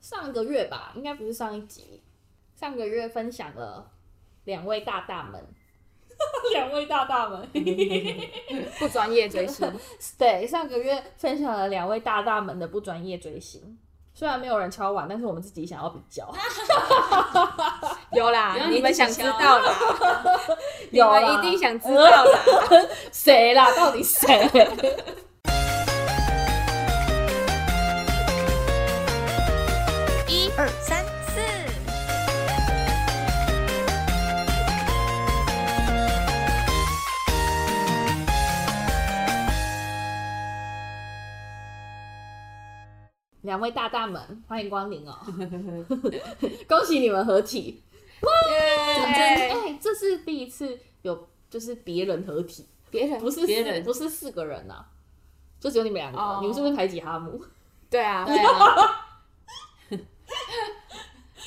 上个月吧，应该不是上一集，上个月分享了两位大大们，两位大大们， 不专业追星， 对，上个月分享了两位大大们的不专业追星，虽然没有人敲碗，但是我们自己想要比较， 有不啦，要你你们自己想知敲道 啦，你有们啦一定想知道啦。谁啦？到底谁？一二三四，两位大大们，欢迎光临哦！ 恭喜你们合体，哎、耶！这是第一次有就是别人合体，别人不是别人不是四个人呐、啊，就只有你们两个，哦你们是不是排挤哈姆？对啊，对啊，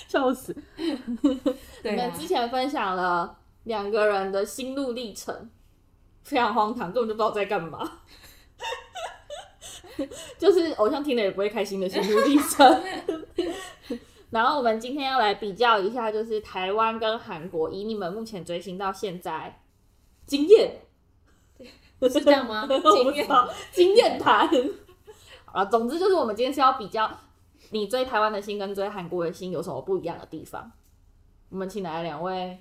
笑死！你对们啊之，前分享了两个人的心路历程，非常荒唐，根本就不知道在干嘛。 就是偶像听了也不会开心的心路历程。然后我们今天要来比较一下，就是台湾跟韩国，以你们目前追星到现在经验，是这样 吗？我不知道经验谈。啊，总之就是我们今天是要比较你追台湾的星跟追韩国的星有什么不一样的地方。我们请来了两位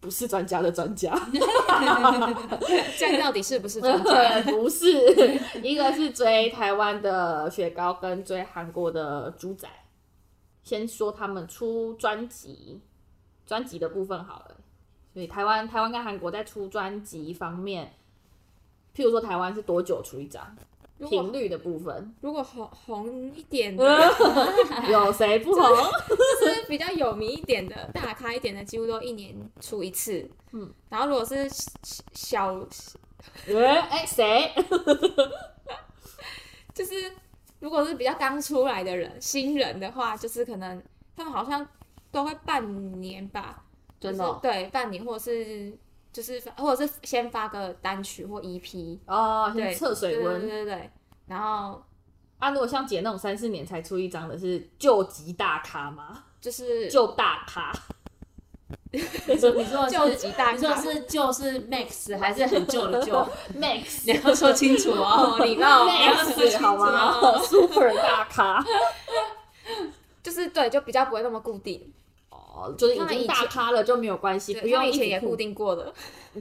不是专家的专家，这样到底是不是专家？ 对，不是，一个是追台湾的雪糕跟追韩国的猪仔。先说他们出专辑，专辑的部分好了。所以台湾台湾跟韩国在出专辑方面，譬如说台湾是多久出一张？ 如果频率的部 分，如果红红一点的， 有谁不红？就是比较有名一点的、大咖一点的，几乎都一年出一次。嗯，然后如果是小，哎哎，谁？就是如果是比较刚出来的人、新人的话，就是可能他们好像都会半年吧，真哦就是对，半年或者是就是或者是先发个单曲或 EP，哦，嗯对，先测水对温对对对，然后啊！如果像姐那种三四年才出一张的，是救急大咖吗？就是救大咖， 你说你说救的是急大你说咖的。是旧是 Max 还是很旧的旧？ Max 你要说清楚哦，哦，你礼貌，没有说清 Max 楚好吗哦？Super 大咖就是对，就比较不会那么固定。哦，就是已他们以经前大咖了就没有关系，不对，他用们一以前也直固曝，定过的。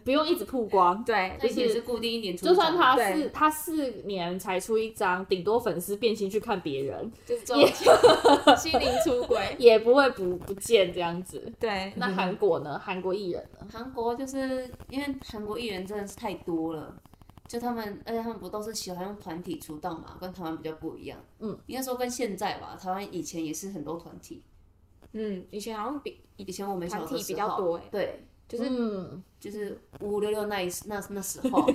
不用一直曝光。对，那也是固定一年出一就张，算他对四他四年才出一张，顶多粉丝变心去看别 人，就是这种 心灵出轨。也不会不不见这样子。 对，那韩国呢？韩国艺人呢？韩国就是因为韩国艺人真的是太多了，就他们，而且他们不都是喜欢用团体出道嘛，跟台湾比较不一样。嗯，应该说跟现在吧，台湾以前也是很多团体，嗯，以前好像比以前我们小团的体比时较候多哎，对，就是嗯，就是五五六六那一那那时 候，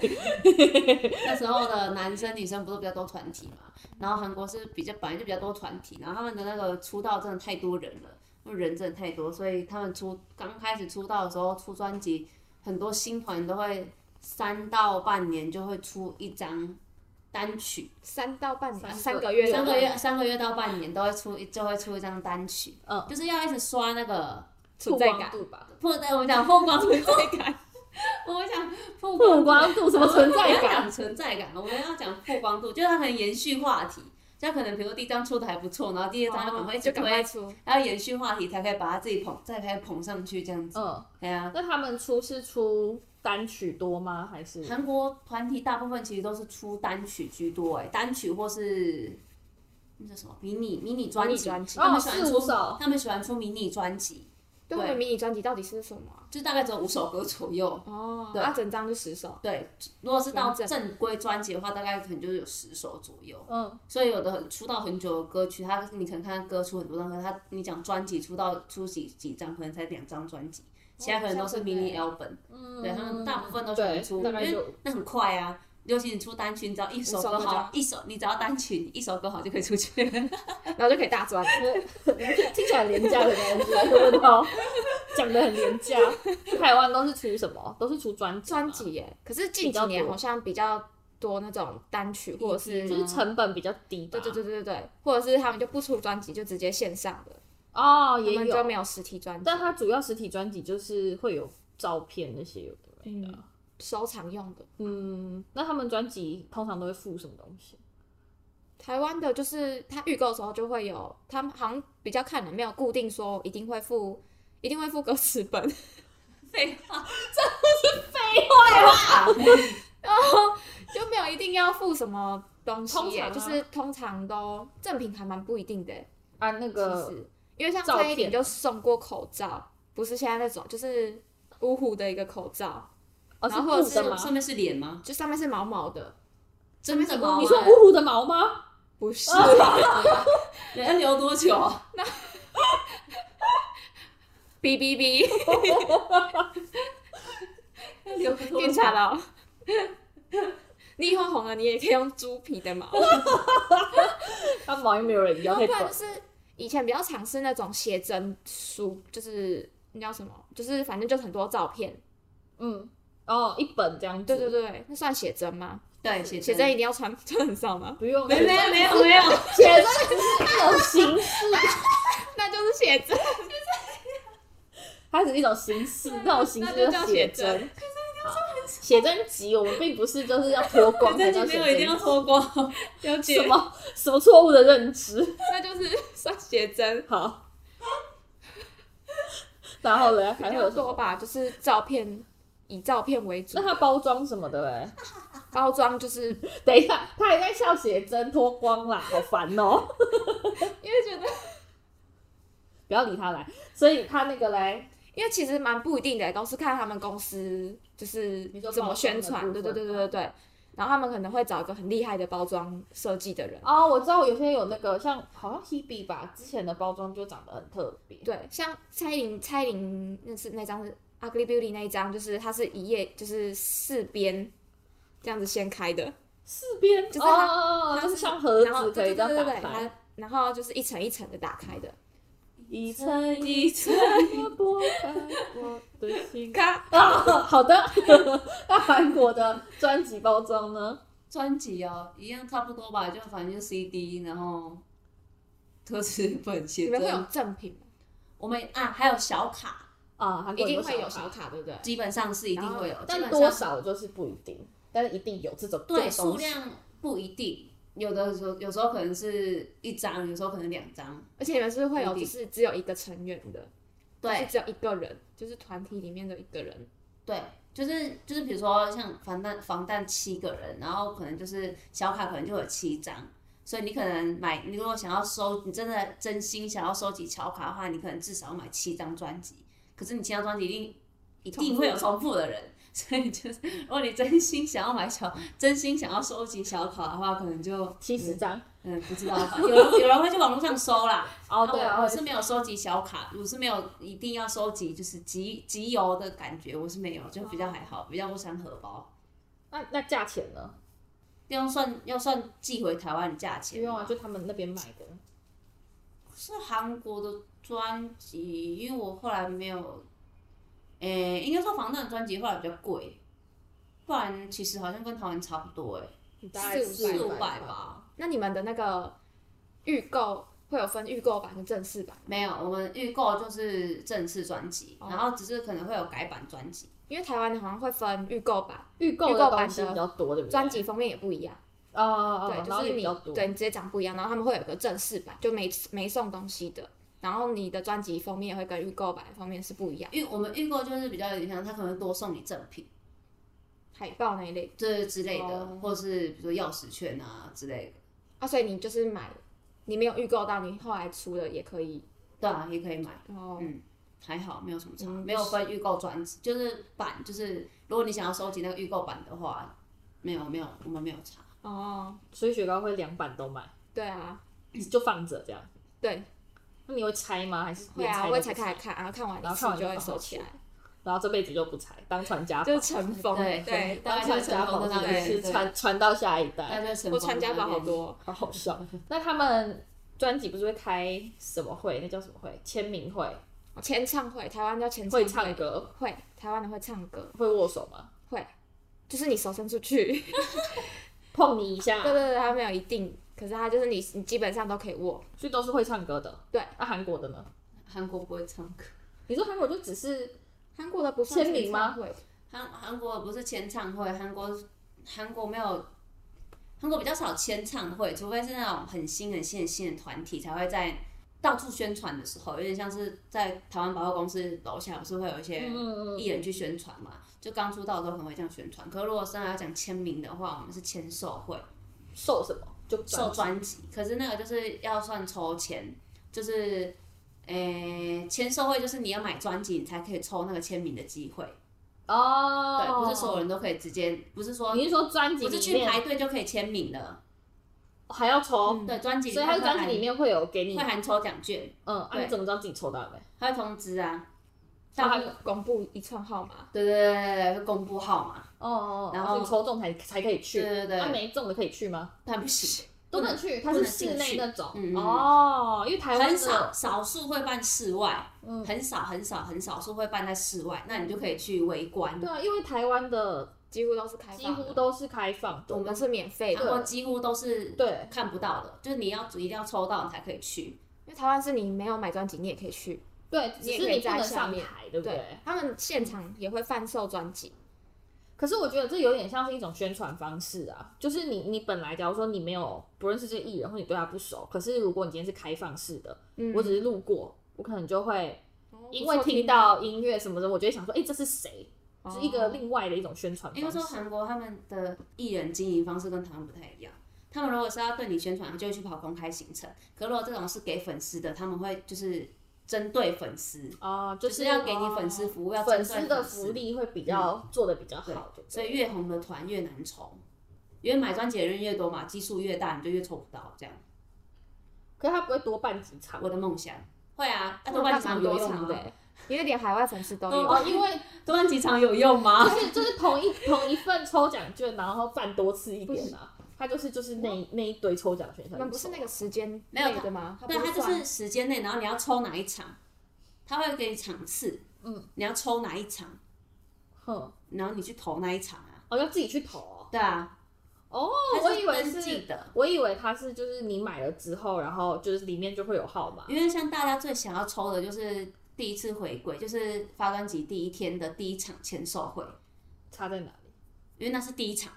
那时候的男生女生不是比较多团体嘛，然后韩国是比较本来就比较多团体，然后他们的那个出道真的太多人了，因为人真的太多，所以他们出刚开始出道的时候出专辑，很多新团都会三到半年就会出一张单曲，三到半年，三三个个月，三个月三个月到半年都会出一就会出一张单曲，嗯就是要一直刷那个。存在曝感光，度吧，不，我 们讲曝 光，存在感。我们讲曝光曝光度什么存在不要感？讲存在感，我们要讲曝光度，就是它可能延续话题。就它可能比如说第一张出的还不错，然后第二张就赶快一直哦就赶快推，出，然后延续话题才可以把它自己捧，再可以捧上去这样 子。嗯，对啊，那他们出是出单曲多吗？还是韩国团体大部分其实都是出单曲居多，哎，单曲或是那叫什么迷你迷你专迷你辑专，辑他哦们喜欢四五首出他们喜欢出迷你专辑，对，他们迷你专辑到底是什么啊？就大概只有五首歌左右。哦，对啊，整张就十首，对，如果是到完整正规专辑的话，大概可能就是有十首左右。嗯所以有的很出道很久的歌曲，他你可能看他歌出很多张，可是他你讲专辑出道出几几张，可能才两张专辑，其他可能都是迷你 album，、嗯对他们大部分都喜欢对出，，大因概就为那很快啊。尤其你出单曲，你只要一首歌五首歌就好好，一首你只要单曲一首歌好就可以出去了。然后就可以大 专。听起来很廉价的感觉，对不对？讲的很廉价。台湾都是出什么？都是出专辑吗专辑耶，可是近几比较年多，E 好像比较多那种单曲或者是 EP 就吗是成本比较低吧。对对对对对对，或者是他们就不出专辑，就直接线上的，哦，他也们就有，没有实体专辑但，它主要实体专辑就是会有照片那些有的没的啊。嗯收藏用的。嗯，那他们专辑通常都会附什么东西？台湾的就是它预购的时候就会有，他们好像比较看人，没有固定说一定会付，一定会付歌词本。 废话，就没有一定要付什么东西耶、通常啊就是通常都赠品还蛮不一定的耶、啊，那其个实因为像照片蔡依林就送过口罩，不是现在那种，就是芜湖的一个口罩，哦，是然后布的是吗？上面是脸吗？就上面是毛毛的，真的吗？你说芜湖的毛吗？不是，你要留多久？哔哔 哔，留多更惨了。哦你以后红了，你也可以用猪皮 的毛，那毛又没有人要，不太然短就。是以前比较尝试那种写真书，就是那叫什么，就是反正就很多照片，嗯，哦，一本这样子。对对对，那算写真吗？对，写写真一定要穿穿很少吗？不用，没没有没有没有， 写真只是一种形式， 那就是写真，它只是一种形 式，那种形式那就叫写写真真。写真集，我们并不是就是要脱 光才写叫真写没有一定要真集，脱光，有什么什么错误的认知？那就是算写真，好，然后呢，还比会较有什么多？吧，就是照片以照片为主那，它包装什么的嘞？包 装就是等一下，他也在笑写真脱光啦，好烦哦、因为觉得，不要理他来，所以他那个来，因为其实蛮不一定的，都是看他们公司就是你说怎么宣包装传，的对部分对对对对对，然后他们可能会找一个很厉害的包装设计的人，哦，我知道有些有那个像好像 Hebe 吧，之前的包装就长得很特别，对，像蔡依林，蔡依林那是那张是 Ugly Beauty 那一张，就是它是一页就是四边这样子掀开的，四边就是它哦，它就是是像盒然子后可以对这对样对打对对，开，它然后就是一层一层的打开的，一层一层剥开我的心看啊，好的。那韩国的专辑包装呢？专辑哦，一样差不多吧，就反正就 CD，然后歌词本你写们会有真，赠品吗？我们啊还有小卡，啊，韩一国定会有有小小，卡，对不对？基本上是一定会有，基啊但本多上少就是不一定，但是一定有这种对这种东数西量不一定，有的时候有时候可能是一张，有时候可能两张，而且你们是不是会有一就定是只有一个成员的，就是对只有一个人，就是团体里面的一个人，对。就是就是，比如说像防弹防弹七个人，然后可能就是小卡可能就有七张，所以你可能买，你如果想要收，你真的真心想要收集小卡的话，你可能至少买七张专辑。可是你七张专辑一定一定会有重复的人，所以就是如果你真心想要买小，真心想要收集小卡的话，可能就七十张嗯不知道，有人有人会去网络上搜啦。哦，啊对我啊，我是没有收集小卡，我是没有一定要收集，就是集集邮的感觉，我是没有，就比较还好，比较不伤荷包。那那价钱呢？要算要算寄回台湾的价钱不用吗，啊，就他们那边买的。是韩国的专辑，因为我后来没有，诶、应该说防弹的专辑后来比较贵，不然其实好像跟台湾差不多、诶，大概四四五400五百。吧。那你们的那个预购会有分预购版跟正式版，没有，我们预购就是正式专辑，哦然后只是可能会有改版专辑。因为台湾的好像会分预购版，预购的东西比较多，对不对？专辑封面也不一样，啊啊啊，对，然后就也是比较你多。对你直接讲不一样，然后他们会有个正式版，就没没送东西的，然后你的专辑封面会跟预购版封面是不一样，预我们预购就是比较有点像，他可能会多送你赠品。海报那一类这之类的，哦或是比如说钥匙圈啊之类的，啊，所以你就是买，你没有预购到，你后来出了也可以，对啊，也可以买。哦，嗯，还好没有什么差，嗯没有分预购专辑，就是版，就是如果你想要收集那个预购版的话，没有没有，我们没有差。哦，所以雪糕会两版都买，对啊，就放着这样。对，那你会拆吗？还是会连拆啊，我都会不拆开来看，然后看完然后看一次完就就会放好收起吃来，然后这辈子就不拆，当传家宝就。是尘封，对对，当大概传就是家宝成功的那的个意思，对对传传到下一代，那就是成我功传家宝好多，好好笑。那他们专辑不是会开什么会？那叫什么会？签名会，签唱会，台湾叫签唱会会，唱歌，会，台湾的会唱歌，会握手吗？ 会，就是你手伸出去，碰你一下，对对对，它没有一定，可是它就是你你基本上都可以握。所以都是会唱歌的。对，那韩国的呢？韩国不会唱歌，你说韩国就只是韩国的不算签名吗演唱会？韩韩国不是签唱会，韩国韩国没有，韩国比较少签唱会，除非是那种很新很新很新的团体才会在到处宣传的时候，有点像是在台湾百货公司楼下不是会有一些艺人去宣传嘛，就刚出道的时候可能会这样宣传。可是如果真的要讲签名的话，我们是签售会，受什么就售受专辑，可是那个就是要算抽签，就是。诶，签售会就是你要买专辑，你才可以抽那个签名的机会。哦，对，不是所有人都可以直接，不是说你是说专辑不是里去面排队就可以签名的，还要抽？嗯对，专辑所以他的专辑里面会有给会你，含抽奖券，嗯，啊，对你怎么知道自己抽到了没？他会通知啊，它大会公布一串号码，对对对对对，会公布号码，哦哦，然然后后抽中才才可以去，对对对那没中的可以去吗？但不行， 都能去，它不是能进室内去那种嗯嗯哦，因为台湾很的少少数会办室外，嗯很少很少很少数会办在室外，那你就可以去围观，对啊，因为台湾的几乎都是开放的，几乎都是开放我的，们是免费然后的，几乎都是对，看不到的，就是你要一定要抽到你才可以去，因为台湾是你没有买专辑你也可以去，对，你只也是可以你不在能下上面台，对不对？他们现场也会贩售专辑，可是我觉得这有点像是一种宣传方式啊，就是你你本来假如说你没有不认识这个艺人，或你对他不熟，可是如果你今天是开放式的，嗯我只是路过，我可能就会哦因不为错听到音乐什么的，我就会想说，哎、这是谁？哦是一个另外的一种宣传应该方说式。韩国他们的艺人经营方式跟台湾不太一样。他们如果是要对你宣传，就会去跑公开行程；可如果这种是给粉丝的，他们会就是针对粉丝，哦、就就是是哦要给你粉丝服务，要粉针对丝丝的福。利会比较、做的比较好，对不对所以越红的团越难抽，因为买专辑的人越多嘛，基数越大，你就越抽不到。这样，可是他不会多办几场我的梦想啊会啊，啊他多们办办几场蛮有多用场吗？的，因为连海外粉丝都有，哦，因为多办几场有用吗？就是就是同一同一份抽奖券，然后办多次一点啊。他就是就是那那一堆抽奖选项，你们不是那个时间没有内的吗？ 对，不它就算是时间内，然后你要抽哪一场，它会给你场次，嗯，你要抽哪一场，哼，然后你去投那一场啊。哦，要自己去投哦。对啊，哦它，是我以为登记是，的，我以为它是就是你买了之后，然后就是里面就会有号码。因为像大家最想要抽的就是第一次回归，就是发专辑第一天的第一场签售会，差在哪里？因为那是第一场，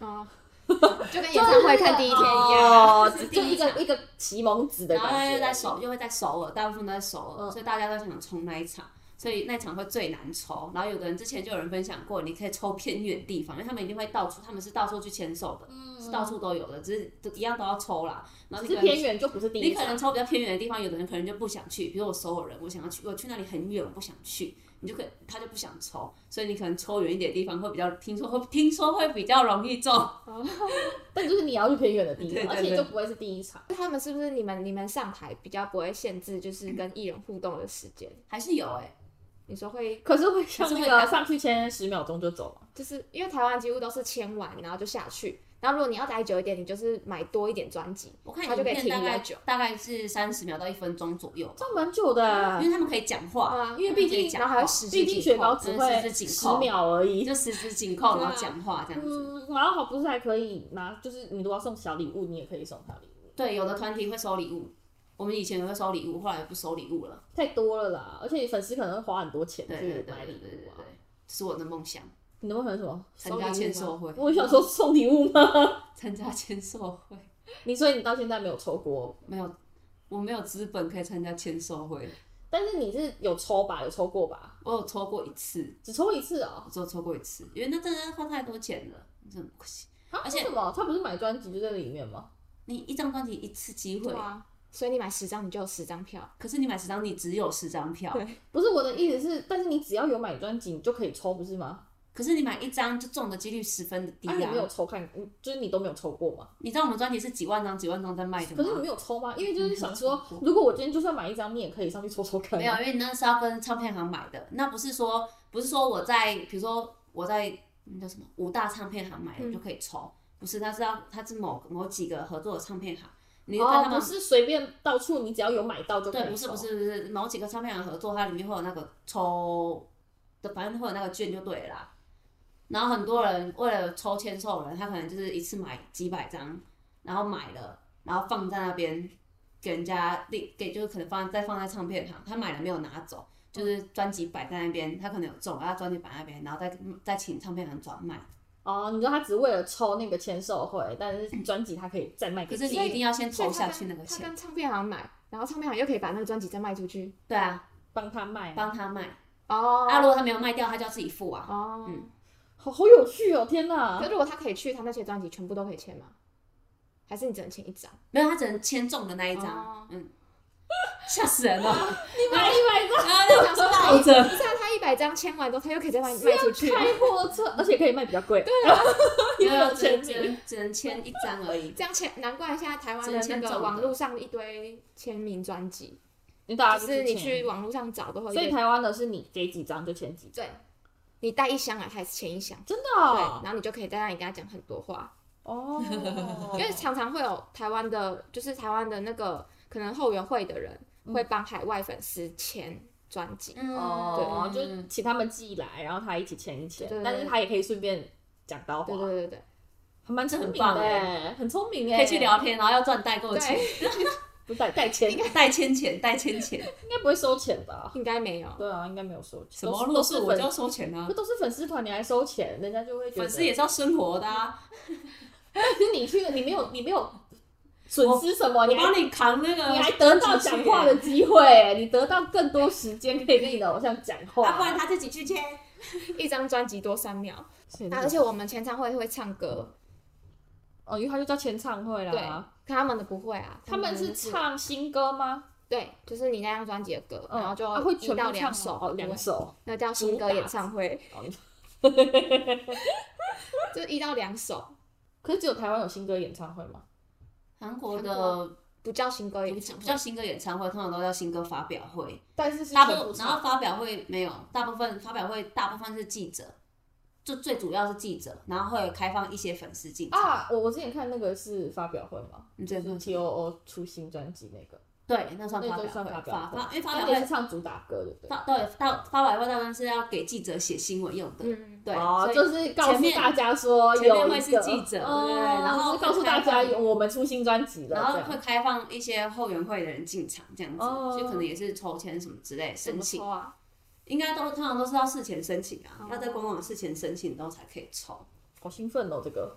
哦，就跟演唱会看第一天一样。 哦，就是就第一哎一场个一个启蒙子的然后感又觉。啊在首又会在首尔，大部分都在首尔，嗯所以大家都想冲那一场。所以那一场会最难抽，然后有的人之前就有人分享过，你可以抽偏远地方，因为他们一定会到处，他们是到处去签售的，是到处都有的，只是都一样都要抽啦。然后只你是可能偏远就不是第你一可能场。抽比较偏远的地方，有的人可能就不想去，比如我首尔人，我想要去，我去那里很远，我不想去，你就可以他就不想抽，所以你可能抽远一点的地方会比较，听说会听说会比较容易中， 但就是你要去偏远的地对对方，对而且就不会是第一场。他们是不是你们你们上台比较不会限制，就是跟艺人互动的时间？还是有哎、你说会可是会像可那是会个上去签十秒钟就走了。就是因为台湾几乎都是签完然后就下去，然后如果你要待久一点，你就是买多一点专辑，我看他影就可以片停大比较概久。大概是三十秒到一分钟左右吧，这样蛮久的因，为他们可以讲话，啊因为他们毕可以竟讲然后话还会十指毕紧竟雪扣糕只嗯十会指紧十扣秒而已。就十指紧扣，对啊然后讲话这样子。嗯，然后好不是还可以拿，就是你如果要送小礼物，你也可以送他礼物，对，有的团体会收礼物，我们以前也会收礼物，后来不收礼物了。太多了啦。而且粉丝可能会花很多钱对对对去对买对礼对对物啊。，这是我的梦想，你能不能什么？参加签售会，我想说送礼物吗？ 参加签售会。你所以你到现在没有抽过，没有，我没有资本可以参加签售会，但是你是有抽吧？有抽过吧？我有抽过一次，只抽一次哦。我只有抽过一次，因为那真的花太多钱了，真的不行。啊而且为什么他不是买专辑就在里面吗？你一张专辑一次机会对，啊，所以你买十张你就有十张票。可是你买十张，你只有十张票。对不是我的意思是，但是你只要有买专辑，你就可以抽，不是吗？可是你买一张就中的几率十分的低啊，你啊！没有抽看，嗯就是你都没有抽过吗？你知道我们专辑是几万张、几万张在卖的可是你吗？没有抽吗？因为就是想说嗯，如果我今天就算买一张，你也可以上去抽抽看。啊没有，因为你那是要跟唱片行买的，那不是说不是说我在，比如说我在那叫什么五大唱片行买的嗯就可以抽，不是，它是要它是某某几个合作的唱片行，你在他哦，不们是随便到处，你只要有买到就可以啊抽。对，啊不是不是不是，某几个唱片行合作，它里面会有那个抽的，反正会有那个券就对了啦。然后很多人为了抽签售人，他可能就是一次买几百张，然后买了，然后放在那边给人家另给就是可能放再放在唱片行，他买了没有拿走，就是专辑摆在那边，他可能有中，然后专辑摆那边，然后再再请唱片行转卖。哦，你说他只为了抽那个签售会，但是专辑他可以再卖给可是你别人一定要先所以投他下跟去那个他钱，跟唱片行买，然后唱片行又可以把那个专辑再卖出去。对啊，帮他卖啊，帮他卖。哦，啊，如果他没有卖掉，他就要自己付啊。哦，嗯好好有趣哦！天哪可，是如果他可以去，他那些专辑全部都可以签吗？还是你只能签一张？没有，他只能签中的那一张。哦嗯， 吓死 人了！你买一百张然后就想说抱着不是啊，他一百张签完之后，他又可以再卖卖 出去，开货车，而且可以卖比较贵，对， 没也有有只签能只名，能只能签一张 而已。这样签，难怪现在台湾的只那能签中个的网络上一堆签名专辑，你打就是你去，网络上找都会有所以一堆。台湾的是你给几张就签几张，对，你带一箱来，他也是签一箱。真的对，哦然后你就可以在那里跟他讲很多话， 哦，因为常常会有台湾的，就是台湾的那个可能后援会的人会帮海外粉丝签专辑，嗯哦，就对是请他们寄来，然后他一起签一签对对，对但是他也可以顺便讲到对话，对对对，还蛮聪很明棒的欸，很聪明哎，可以去聊天，然后要赚代购钱，对，不是代代签，应代签钱，代签钱。 该不会收钱吧？应该没有。对啊，应该没有收钱，什么都路都是数我粉就要收钱啊不？都是粉丝团，你还收钱，人家就会觉得粉丝也是要生活的啊，可是你去哎了，你没有你没有损失什么，我哦你还帮你扛那个，你还得到讲话的机会，你得到更多时间可以跟你的偶像讲话。啊，不然他自己去签。一张专辑多三秒，是啊，而且我们签唱会会唱歌，哦，因为他就叫签唱会对啦。，可他们的不会啊，他们的是唱新歌吗？对，就是你那张专辑的歌，嗯然后就啊会一全到部两唱首，哦，对两首。那叫新歌演唱 会，哦你就一到两首，可是只有台湾有新歌演唱会吗？韩国的不叫新歌演不唱会，叫新歌演唱会，通常都叫新歌发表会。但是是大全部部然后唱发表会没有，大部分发表会大部分是记者，就最主要是记者，然后会有开放一些粉丝进场。啊，我我之前看那个是发表会嘛，你就这是 T O O 出新专辑那个，对，那算发那表就会，算发表发会发，因为发那表也是会唱主打歌，对不对？发对到发表会当然是要给记者写新闻用的，嗯，对，哦，所以就是告诉前面大家说前有面一会个是记者哦对不对然后就是告诉大家会开放有我们出新专辑了，然后这会样开放一些后援会的人进场，这样子，哦就可能也是抽签什么之类怎申么请抽，啊？应该都通常都是要事前申请啊，哦要在官网事前申请，然后才可以抽。好兴奋哦，这个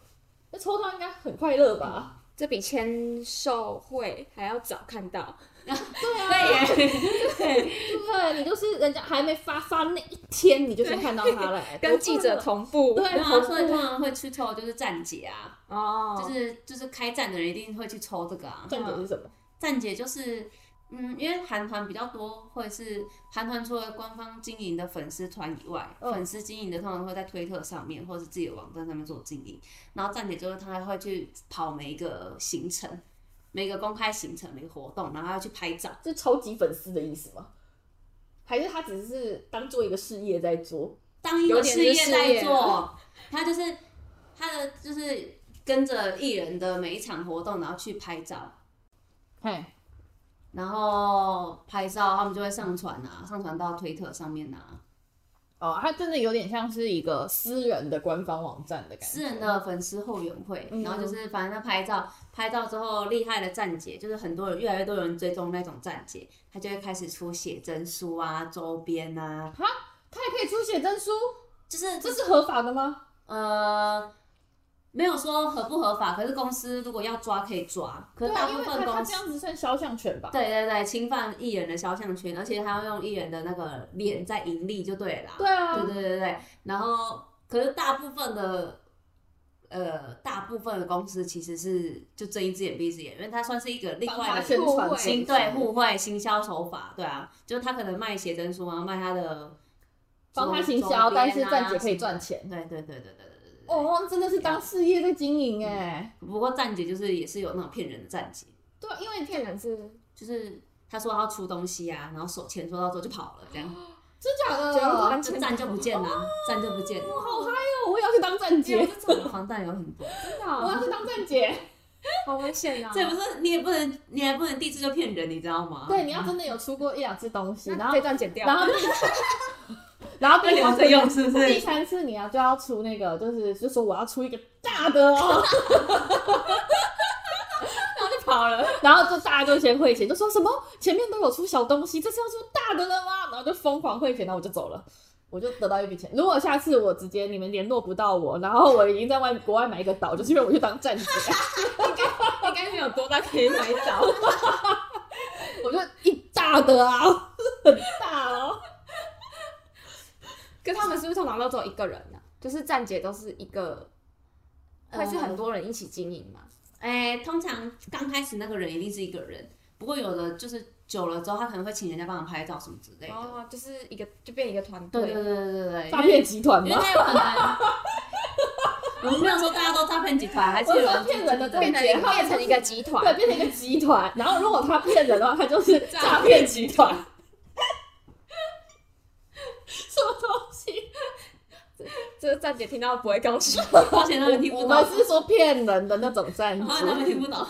那抽到应该很快乐吧？这比签售会还要早看到， 对耶，对不对？你就是人家还没发发那一天，你就先看到他了，跟记者多同步，快乐对，然后好啊所以通常会去抽就是站姐啊，哦，就是就是开站的人一定会去抽这个啊。站姐是什么？站姐就是，嗯，因为韩团比较多，会是韩团除了官方经营的粉丝团以外，哦嗯粉丝经营的通常会在推特上面或者是自己的网站上面做经营。然后站姐就是她会去跑每一个行程，每个公开行程、每个活动，然后要去拍照。是超级粉丝的意思吗？还是他只是当做一个事业在做？当一个事业有在点是事业啊做， 她就是她的就是跟着艺人的每一场活动，然后去拍照。嘿，然后拍照，他们就会上传啊，上传到推特上面啊，哦，他真的有点像是一个私人的官方网站的感觉，私人的粉丝后援会，嗯然后就是反正他拍照，拍照之后厉害的站姐，就是很多人越来越多人追踪那种站姐，他就会开始出写真书啊、周边啊，他也可以出写真书，就是这是合法的吗？呃没有说合不合法，可是公司如果要抓可以抓，可对是啊，大因部为他分他公这司。样子算肖像权吧？对对对，侵犯艺人的肖像权，而且他要用艺人的那个脸在盈利就对了啦。对啊，对对对对，然后可是大部分的，呃，大部分的公司其实是就睁一只眼闭一只眼，因为它算是一个另帮他外宣的传行新对互惠行销手法，对啊，就是他可能卖写真书啊，卖他的帮他行周销，但是边啊站姐可以什么赚钱。对对对对对对对对。哦，真的是当事业在经营哎。不过站姐就是也是有那种骗人的站姐，对，因为骗人是就是他说他要出东西啊，然后收钱收到之后就跑了，这样真假的，觉得完哎全就站就不见了啊，站就不见哦了。呦，我也要去当站有姐，这种防弹有很多。真的 我要哦，去当站 姐。好危险啊！这不是你也不能，你也不能第一次就骗人，你知道吗？对，你要真的有出过一两次东西，然那后这段剪掉，然后自己然后第留三着次用是不是第三次你要就要出那个，就是就说我要出一个大的哦， 然后就跑了。然后就大家就先汇钱，就说什么前面都有出小东西，这次要出大的了吗？然后就疯狂汇钱，然后我就走了。我就得到一笔钱。如果下次我直接你们联络不到我，然后我已经在外国外买一个岛，就是因为我去当站姐，应该没有多大可以买到， 我就一大的啊， 很大哦。可他们是不是通常都只有一个人呢、就是站姐都是一个，会是很多人一起经营嘛？哎、通常刚开始那个人一定是一个人，不过有的就是久了之后，他可能会请人家帮忙拍照什么之类的。哦，就是一个就变一个团对队对，对对对诈对，骗集团因为因吗为？他有可 能，我们没有说大家都诈骗集团，还是有我说人骗人的对对变成一个变成一个集团对，，变成一个集团。然后如果他骗人的话，他就是诈骗集团。什么东西？这个站姐听到不会高兴。而且他们听我不们懂，是说骗人的啊那种站然姿后，他们听不懂。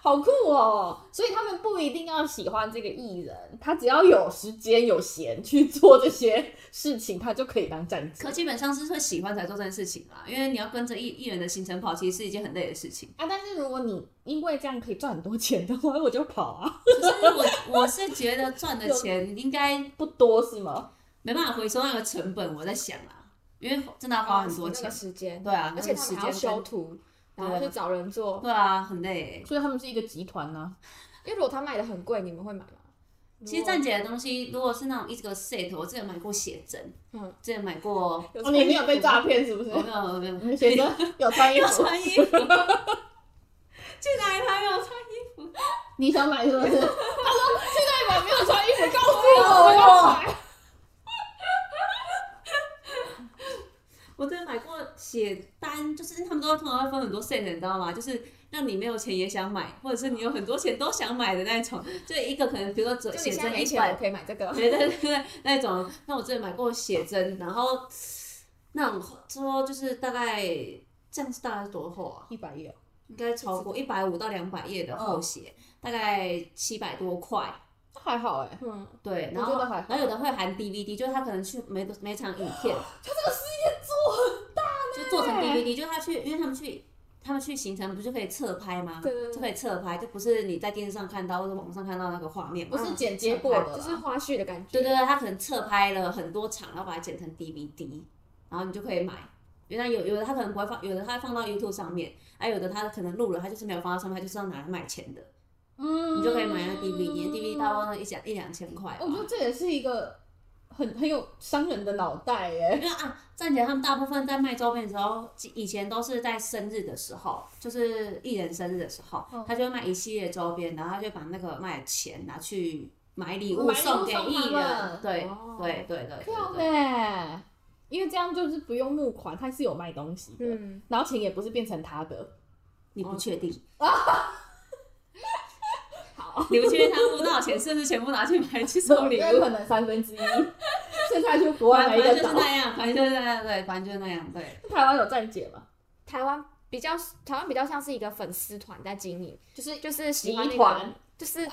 好酷哦！所以他们不一定要喜欢这个艺人，他只要有时间有闲去做这些事情，他就可以当站姐可基本上是会喜欢才做这件事情啦，因为你要跟着艺艺人的行程跑，其实是一件很累的事情。啊。但是如果你因为这样可以赚很多钱的话，我就跑啊，可是我我是觉得赚的钱应该不多是吗？没办法回收那个成本，我在想啊，因为真的要花很多哦那钱个。时间，对啊，而且那他个时们还间要修哦跟图，对然后去找人做。对啊，很累欸。所以他们是一个集团啊呢、因为如果他卖的很贵，你们会买吗？其实站姐的东西，如果是那种一个 set，我之前买过写真，嗯，之前买过，哦，你没有被诈骗是不是我？没有我 没有，你学生哦有穿衣要 服，穿衣 服，去哪里拍没有穿衣你想买是不是？他说现在买没有穿衣服，告诉我我要买。服？我之前买过写单，就是他们都通常会分很多 set，你知道吗？就是让你没有钱也想买，或者是你有很多钱都想买的那种，就一个可能，比如说只就你写现在真没一钱，我百，可以买这个。对对对对，那种。那我之前买过写真，然后那种说就是大概这样是大概多厚啊？一百哦页，应该超过一百五到两百页的厚嗯写，大概七百多块。还好哎、嗯，对，我然觉后得还好然后有的会含 DVD，就是他可能去每每场影片，他这个事业做很大呢，就做成 DVD，就是他去，因为他们去他们去行程不就可以侧拍吗？对对对就可以侧拍，就不是你在电视上看到或者网上看到那个画面嘛不。是剪接过的啦，就是花絮的感觉。对对对，他可能侧拍了很多场，然后把它剪成 DVD，然后你就可以买。原来有有的他可能不会放，有的他放到 YouTube 上面，还、有的他可能录了，他就是没有放到上面，他就是要拿来卖钱的，嗯你就可以买那 DVD，DVD、DVD 大概一两一两千块吧。我觉得这也是一个很很有商人的脑袋耶。因为啊，站姐他们大部分在卖周边的时候，以前都是在生日的时候，就是艺人生日的时候，嗯他就会卖一系列周边，然后他就把那个卖的钱拿去买礼买物礼物送给送他艺们人。对哦对对对这样对对，哎，因为这样就是不用募款，他是有卖东西的，嗯，然后钱也不是变成他的。你哦不确 定，好， 你不确定他付多少钱，甚至全部拿去买去送礼因为 物。可能三分之一， 剩下去国外买反一个正就岛是。那样，反正就是那样，对，反正就是那样，对。台湾有站姐吗？台湾比较，台湾比较像是一个粉丝团在经营，就是就是喜欢那集个团，就是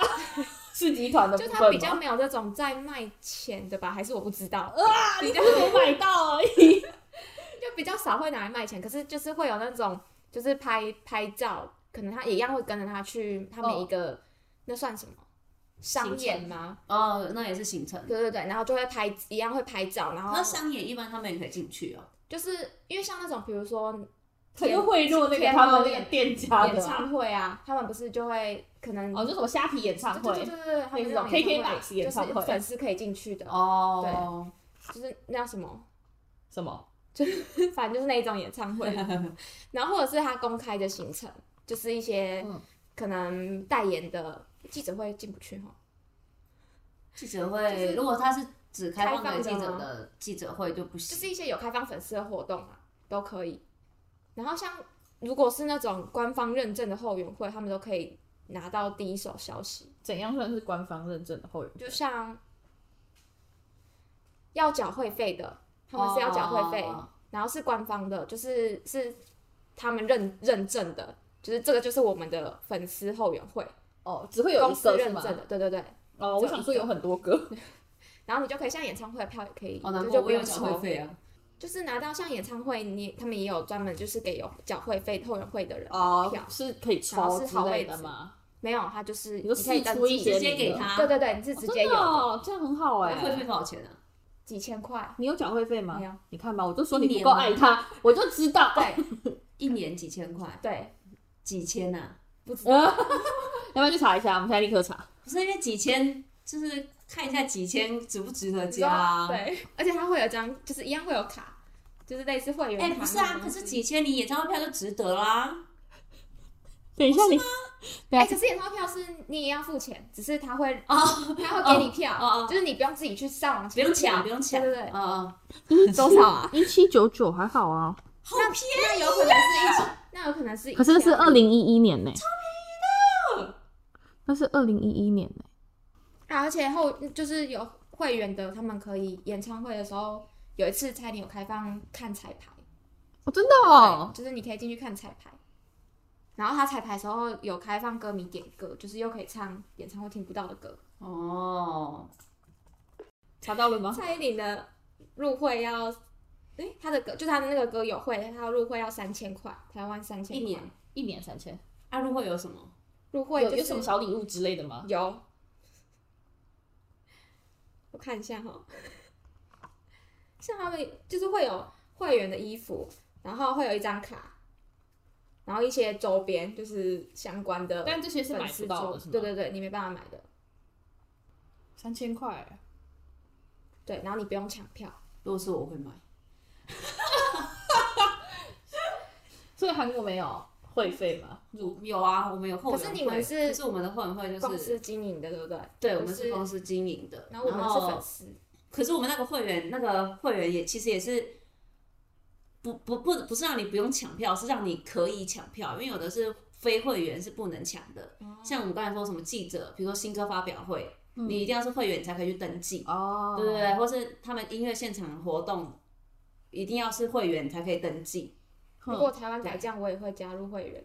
是集团的部就分他比较吗没有这种在卖钱的吧，还是我不知 道，啊，你就是没买到而已。就比较少会拿来卖钱，可是就是会有那种就是拍拍照，可能他也一样会跟着他去他们一个、那算什么商演吗？哦，那也是行程。对对对，然后就会拍一样会拍照，然后那商演一般他们也可以进去哦。就是因为像那种比如说他就贿赂那个天他们猫那个店家演的啊，唱会啊，他们不是就会可能哦，就什么虾皮演唱对会对，对对对，他类们似这那种种演 KK 唱啊 Box 演唱就会是粉丝可以进去的，哦，就是那叫什么，什么反正就是那一种演唱会， 然后或者是他公开的行程，就是一些嗯可能代言的记者会进不去哈， 记者就是会，如果他是只开放给记开者放的的记者会就不就行。是一些有开放粉丝的活动啊，都可以。然后像如果是那种官方认证的后援会，他们都可以拿到第一手消息，怎样算是官方认证的后援？就像要缴会费的，他们是要缴会费，哦然后是官方的，就是是他们认认证的，就是这个就是我们的粉丝后援会，哦，只会有公一司个是认吗证？的，对对对。哦，我想说有很多个，然后你就可以像演唱会的票也可以，哦，难就怪就我不有用缴抽会费啊。就是拿到像演唱会，你他们也有专门就是给有缴会费、后援会的人哦票，是可以然后抽是之好类位的置吗？没有，他就是你就你可以试登出一记些直接给的他对对对，你是直接哦有真的的哦，这样很好哎、那会费多少钱啊？几千 块，你有缴会费吗没有？你看吧，我就说一你年不够吗爱他，我就知 道。对一年几千块，对，几千呐、啊？不知道呃， 要不要去查一下？我们现在立刻查。不是因为几千，就是看一下几千值不值 得你知道加、啊。对，而且他会有一张，就是一样会有卡，就是类似会员卡哎、那种不东是西。啊，可是几千你演唱会票就值得啦。等一下你，对哎、啊可是演唱会票是你也要付钱，只是他会哦，他会给你票，哦哦就是你不用自己去上网 不用抢，不用抢。对对对哦哦，多少啊？一七九九还好啊，好便那有可能是一 起，那有可能是一可是是箱二零一一年呢、那是二零一一年呢、啊，而且后就是有会员的，他们可以演唱会的时候，有一次彩礼有开放看彩排，哦，真的哦，就是你可以进去看彩排。然后他彩排的时候有开放歌迷点歌，就是又可以唱演唱会听不到的歌。宜。哦，查到了吗？蔡依林的入会要，诶，他的歌就他的那个歌友会，他入会要三千块，台湾三千一块年。一年三千，啊，如果有什么？入会、就有是、有什么小礼物之类的吗？有，我看一下哈，像他们就是会有会员的衣服，然后会有一张卡，然后一些周边就是相关的但这些是粉买不丝到周的，是，吗？对，对对，你没办法买的，三千块，对，然后你不用抢票，如果是我会买。所以韩国没有会费吗？如有啊，我们有后援会。可是你们是可是我们的后援会就公是，司经营的，对不对？对，我们就是公司经营的。然后我们是粉丝，可是我们那个会员，那个会员也其实也是不不不不是让你不用抢票，是让你可以抢票，因为有的是非会员是不能抢的。哦像我们刚才说什么记者，比如说新歌发表会，嗯你一定要是会员才可以去登记，嗯哦对对对，或是他们音乐现场活动，一定要是会员才可以登记。如果台湾改这样，我也会加入会员。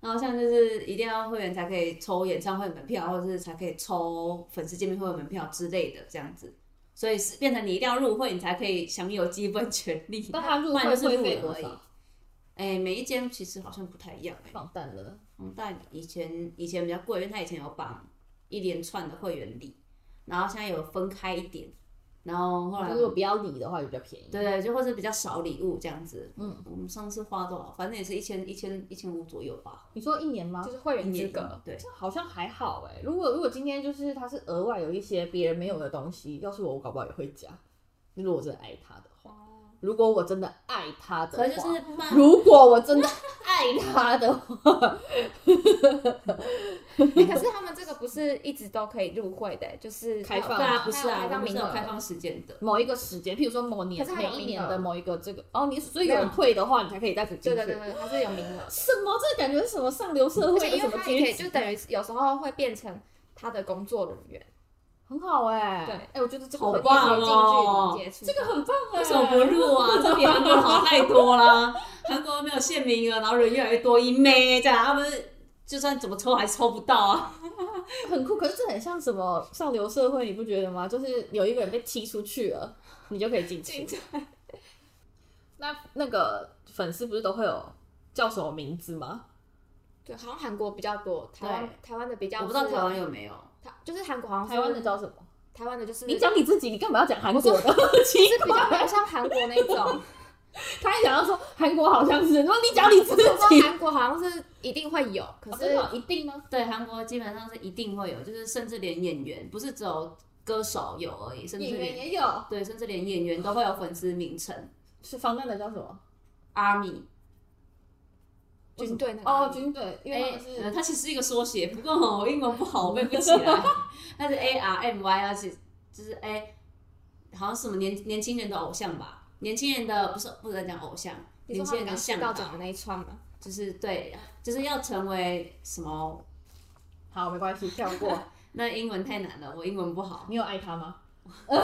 然后像就是一定要会员才可以抽演唱会门票，或者是才可以抽粉丝见面会的门票之类的这样子，所以是变成你一定要入会，你才可以享有基本权利。 但他入不然会就是会入费了多而已少？哎、每一间其实好像不太一样哎、放蛋了，嗯，但以前以前比较贵，因为它以前有绑一连串的会员礼，然后现在有分开一点，然后后来就如果不要理的话就比较便宜。对对，就或者比较少礼物这样子。嗯，我们上次花多少？反正也是一千一千一千五左右吧。你说一年吗就？是会一员资年格，对，好像还好哎、如果如果今天就是他是额外有一些别人没有的东西，要是我，我搞不好也会加。如果我真的爱他的话，哦如果我真的爱他的话，可是就是不然如果我真的爱他的 话， 欸可是他们这个不是一直都可以入会的、欸就是开放对啊，不它是有啊，开我放们是名有额，开放时间的。某一个时间，譬如说某年可是还有每一年名额的某一个这个哦，你所以有人退的话，你才可以再补进对去。对对对，它是有名额，什么？这感觉是什么上流社而会且的因什为么它也可阶以，级就？等于有时候会变成他的工作人员，很好哎、对啊哎、我觉得这个好很棒棒啊哦有进去接触，这个很棒哎、为什么不入啊？这比韩国好太多啦！韩国没有限名额，然后人越来越多，一妹这样，他们就算怎么抽还抽不到啊！很酷，可是这很像什么上流社会，你不觉得吗？就是有一个人被踢出去了，你就可以进去。那那个粉丝不是都会有叫什么名字吗？对，好像韩国比较多，台湾台湾的比较我不知道是啊台湾有没有，台就是韩国好像是台湾的叫什么？台湾的就是你讲你自己，你干嘛要讲韩国的？ 奇是比怪，较没有像韩国那 种，他还想要说韩国好像是，那你讲你自我说己。韩国好像是一定会 有，可哦是真的哦一定吗？对，韩国基本上是一定会有，就是甚至连演员，不是只有歌手有而已，甚至演员连也有，对，甚至连演员都会有粉丝名称是防弹的叫什么？ ，Army，军队那个哦，军队，因哎为他们嗯呃，是它其实是一个缩写，不过哦我英文不 好，我背不起来，它是 A R M Y，而且就是哎，好像是什么年年轻人的偶像吧，年轻人的不是不能讲偶像，你年说他们轻人的刚向道啊导，长的那一串吗？就是对，就是要成为什么？好，没关系，跳过。那英文太难了，我英文不好，你有爱他 吗？我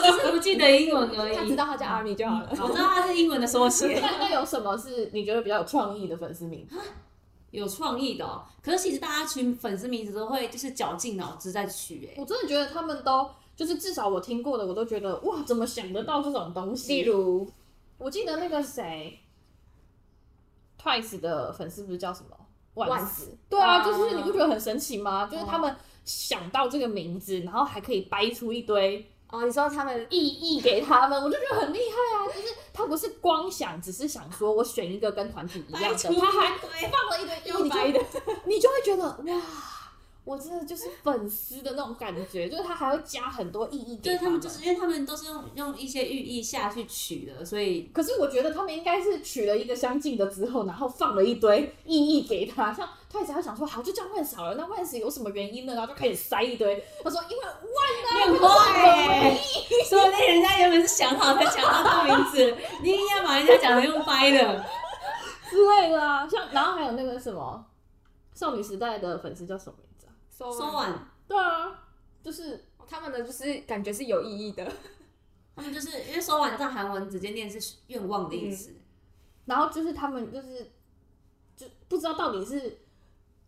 只是不记得英文而他知已。道他叫 Army 就嗯好了。我知道它是英文的缩写。那那有什么是你觉得比较有创意的粉丝名字？ 有创意的、哦。可是其实大家取粉丝名字都会就是绞尽脑汁在取、欸，我真的觉得他们都就是至少我听过的，我都觉得哇，怎么想得到这种东 例西？如我记得那个谁，Twice 的粉丝不是叫什么万万斯？斯，对啊，啊就是你不觉得很神奇吗？就是他们想到这个名字，然后还可以掰出一堆哦，你说他们意义给他们，我就觉得很厉害啊！就是他不是光想，只是想说我选一个跟团体一样的，他还还放了一堆 意义，用你就白的，你就会觉得哇。我真的就是粉丝的那种感 觉，就是他还会加很多意义给对他们们就是因为他们都是用用一些寓意下去取的，所以可是我觉得他们应该是取了一个相近的之后，然后放了一堆意义给他，像他一直会想说，好就叫万少了，那万死有什么原因呢？然后就开始塞一堆，他说因为万啊，很坏、 说不定人家原本是想好才想到这个名字，你硬要把人家讲的用掰的，之类的啊，像然后还有那个什么少女时代的粉丝叫什么名字啊？说哦说完。对啊，就是他们的就是感觉是有 意义的，他们就是因为说完在韩文直接念是愿望的意思，然后就是他们就是就不知道到底是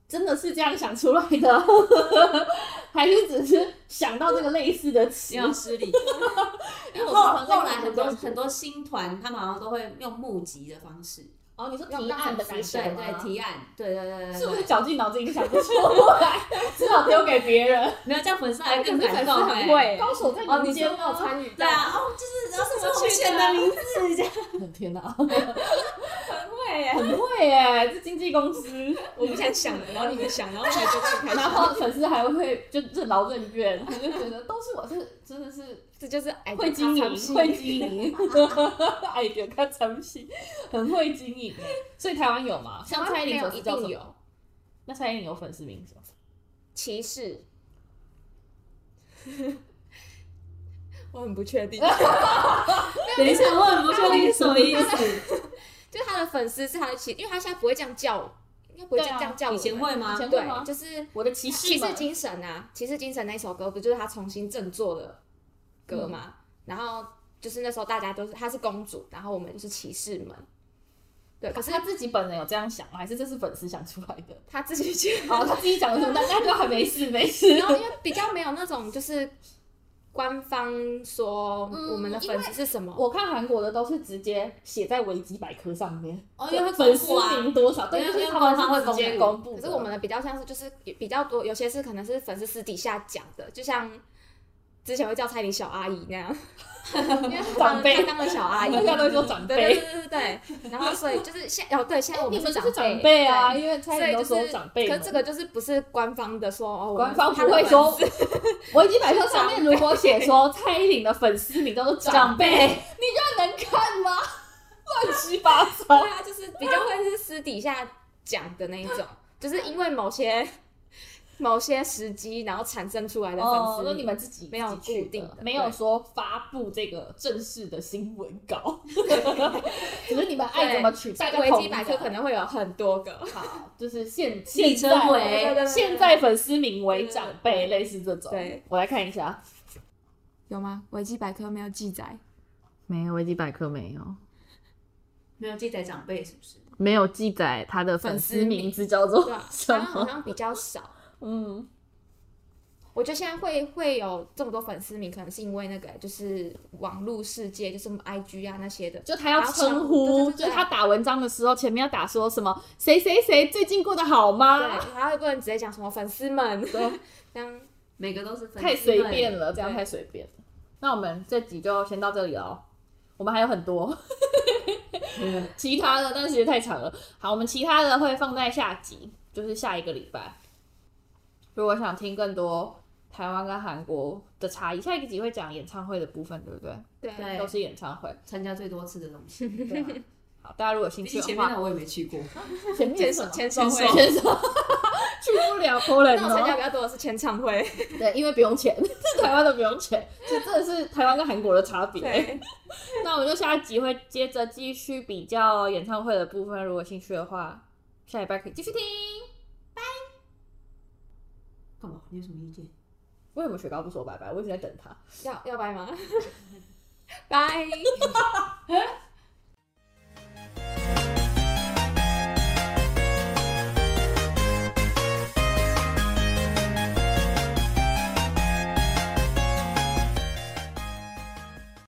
真的是这样想出来的， 还是只是想到这个类似的词你？要失 礼。因为我后常常在后来看很多这种很多新团，他们好像都会用募集的方式，哦，你说要提当案的粉感丝觉对吗对，提案，对对对对是不是对，绞尽脑汁影响不出来， 只好啊丢给别 人？欸没有这样粉丝还更可是感动哎、会高手在民间有吗？参与对到，啊，哦，就是然后什这么是选的名字这样，天哪，很会耶， 很会耶！这经纪公司，我不想想了，然后你们想，然后才觉得很开 然心，后粉丝还会就任劳任 怨，我就觉得都是我是真的是这就是哎会经营， 会经营，哎，觉得他产品很会经营耶，所以台湾有吗？像蔡依林台粉湾没丝有叫什一定么有？那蔡依林有粉丝名字吗？ 歧视。 我很不确定，等一下我很不确定是什么意思， 就是他的粉丝是他的歧，因为他现在不会这样叫我，应该不会这对啊样叫我以们。前会吗以？前会吗对，就是我的骑骑士士们，精神啊，骑士精神那首歌不就是他重新振作的歌吗？然后就是那时候大家都是她是公主，然后我们就是骑士们。对，可可是是他自己本人有这样想吗？还是这是粉丝想出来的？她自己觉好，他自己讲的时候，大家就还没事没事得，。然后因为比较没有那种就是官方说嗯我们的粉丝是什么，我看韩国的都是直接写在维基百科上面，哦，因为会粉公丝布啊，名多少，对，因为就是因为他官方们会是直接公公布的。可是我们的比较像是就是比较多，有些是可能是粉丝私底下讲的，就像之前会叫蔡依林小阿姨那 样，因为她长辈她当了小阿姨，大家都会说长 对对辈，哎对对对对，然后所以就是现哦对，现在我你们是就是长辈辈啊，对因为蔡所依以林就都说是长辈可嘛。是这个就是不是官方的说哦，我官们方不会说，维基百科上面如果写说蔡依林的粉丝名叫做长长辈，辈，你这样能看吗？ 乱七八她糟是。对啊，就是 比较会是私底下讲的那一 种，就是因为某些某些时机，然后产生出来的粉丝，哦那你们自己没有自己去固定的没有对说发布这个正式的新闻稿， 只是你们爱怎么取代在就维统基一百科的可能会有很多个，好，就是 现昵现称在对对为对对现在粉丝名为长辈，类似这种。对，我来看一下，有吗？维基百科没有记 载，没有维基百科没有没有记载长辈是不是？没有记载他的粉粉丝丝名名字叫做对啊，什台湾好么。像比较少。嗯，我觉得现在会会有这么多粉丝名，可能是因为那个就是网络世界，就是什么 IG 啊那些的，就他要然后像称呼，对对对对就他打文章的时候，前面要打说什么谁谁谁最近过得好吗？对，然后又不能直接讲什么粉丝们，对， 这样每个都是粉 丝太随便了，这样对太随便了。那我们这集就先到这里哦，我们还有很多嗯 其他的，但是也太长了。好，我们其他的会放在下集，就是下一个礼拜。如果想听更多台湾跟韩国的差异，下一个集会讲演唱会的部分，对不对？对对都是演唱 会。参加最多次的东西，对啊、好，大家如果有兴毕趣竟前的面话，的我也没去过，前面签是什手么签售会签，手牵手 去不了波兰那我参加哦。比较多的是签唱会，对，因为不用钱， 台湾的不用钱，这真的是台湾跟韩国的差别。对，那我们就下一集会接着继续比较演唱会的部分，如果有兴趣的话，下礼拜可以继续听。干嘛？你有什么意见？为什么雪糕不 说拜拜？我一直在等他。要要拜吗？拜。